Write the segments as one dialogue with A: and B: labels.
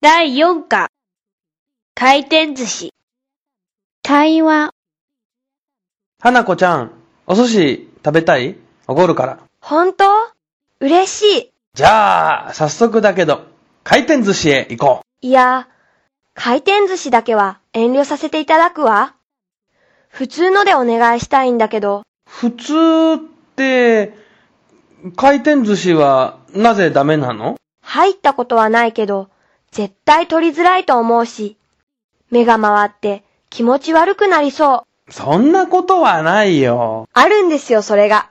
A: 第四課、回転寿司。会話、
B: 花子ちゃん、お寿司食べたいおごるから。
A: 本当嬉し
B: じゃあ、早速だけど、回転寿司へ行こ
A: い。いや、回転寿司だけは遠慮させていただくわ。普通のでお願いしたいんだけど、
B: う。普通って、回転寿司はなぜダメなの
A: 入ったことはないけど、絶対取りづらいと思うし、目が回って気持ち悪くなりそう。
B: そんなことはないよ。
A: あるんですよ、それが。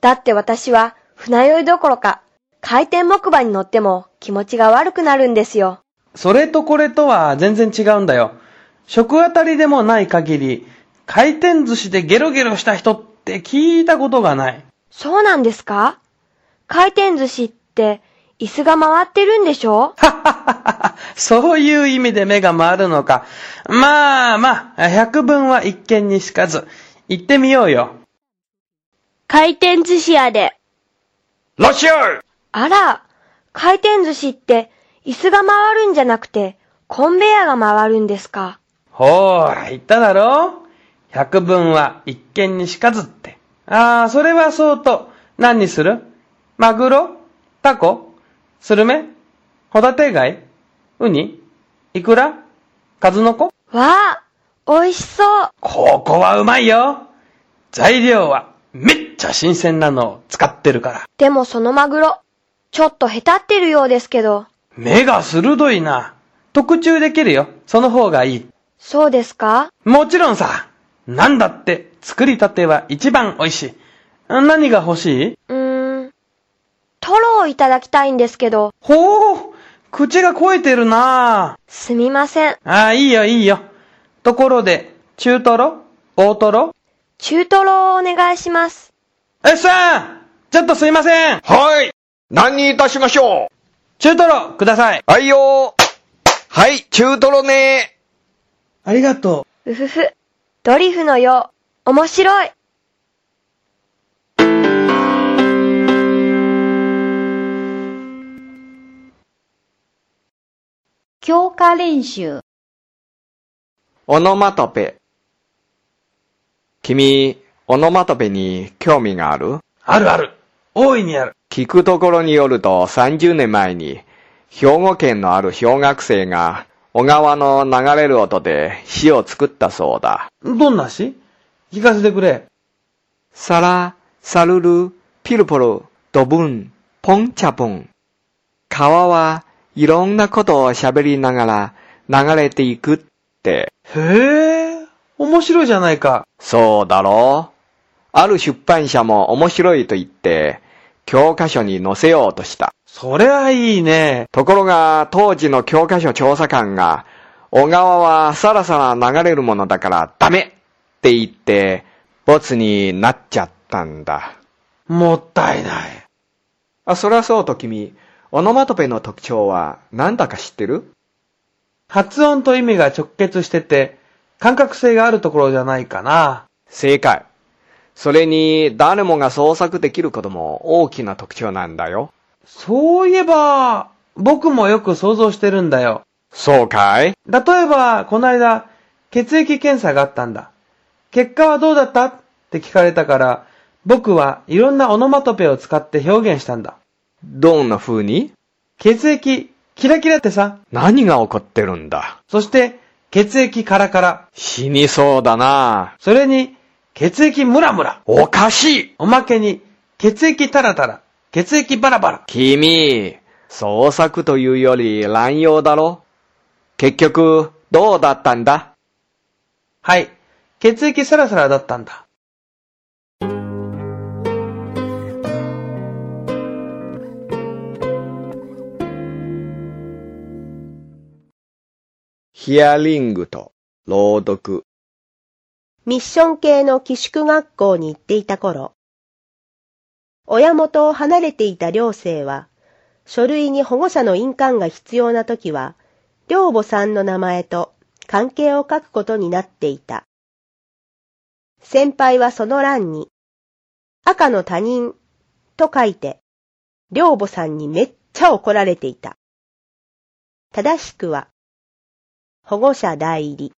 A: だって私は船酔いどころか、回転木馬に乗っても気持ちが悪くなるんですよ。
B: それとこれとは全然違うんだよ。食あたりでもない限り、回転寿司でゲロゲロした人って聞いたことがない。
A: そうなんですか回転寿司って椅子が回ってるんでしょ
B: そういう意味で目が回るのか。まあまあ、百分は一見にしかず。行ってみようよ。
A: 回転寿司屋で。
B: ロシア
A: あら、回転寿司って椅子が回るんじゃなくてコンベヤーが回るんですか
B: ほーら、言っただろ百分は一見にしかずって。ああ、それはそうと。何にするマグロタコスルメホタテ貝ウニイクラカズノコ
A: わあ、美味しそう。
B: ここはうまいよ材料はめっちゃ新鮮なのを使ってるから。
A: でもそのマグロ、ちょっとへたってるようですけど。
B: 目が鋭いな。特注できるよ。その方がいい。
A: そうですか
B: もちろんさ。なんだって、作りたては一番美味しい。何が欲しいう
A: ーん。トロをいただきたいんですけど、
B: ほう、口が肥えてるな
A: すみません。
B: ああ、いいよいいよ。ところで、中トロ大トロ
A: 中トロをお願いします。
B: えっさんちょっとすいません
C: はい。何にいたしましょ。
B: 中トロくださいう
C: はいよー。はい、中トロね
B: ありがと
A: うふふ。ドリフのよう。面白い。
D: 強化練習、
C: オノマトペ。君、オノマトペに興味がある
B: あるある。大いにある。
C: 聞くところによると30年前に、兵庫県のある小学生が、小川の流れる音で詩を作ったそうだ。
B: どんな詩聞かせてくれ。
C: サラ、サルル、ピルポル、ドブン、ポンチャポン。川はいろんなことを喋りながら流れていくって。
B: へえ、面白いじゃないか。
C: そうだろうある出版社も面白いと言って、教科書に載せようとした。
B: それはいいね。
C: ところが、当時の教科書調査官が、小川はさらさら流れるものだからダメって言って、ボツになっちゃったんだ。
B: もったいない。
C: あ、そりゃそうと君、オノマトペの特徴は何だか知ってる
B: 発音と意味が直結してて、感覚性があるところじゃないかな。
C: 正解。それに、誰もが創作できることも大きな特徴なんだよ。
B: そういえば、僕もよく想像してるんだよ。
C: そうかい
B: 例えば、この間、血液検査があったんだ。結果はどうだったって聞かれたから、僕はいろんなオノマトペを使って表現したんだ。
C: どんな風に
B: 血液、キラキラってさ。
C: 何が起こってるんだ
B: そして、血液カラカラ。
C: 死にそうだな
B: それに、血液ムラムラ。
C: おかしい
B: おまけに、血液タラタラ、血液バラバラ。
C: 君、創作というより乱用だろ結局、どうだったんだ
B: はい。血液サラサラだったんだ。
C: ヒアリングと朗読。
E: ミッション系の寄宿学校に行っていた頃、親元を離れていた寮生は、書類に保護者の印鑑が必要な時は、寮母さんの名前と関係を書くことになっていた。先輩はその欄に、赤の他人と書いて、寮母さんにめっちゃ怒られていた。正しくは、保護者代理。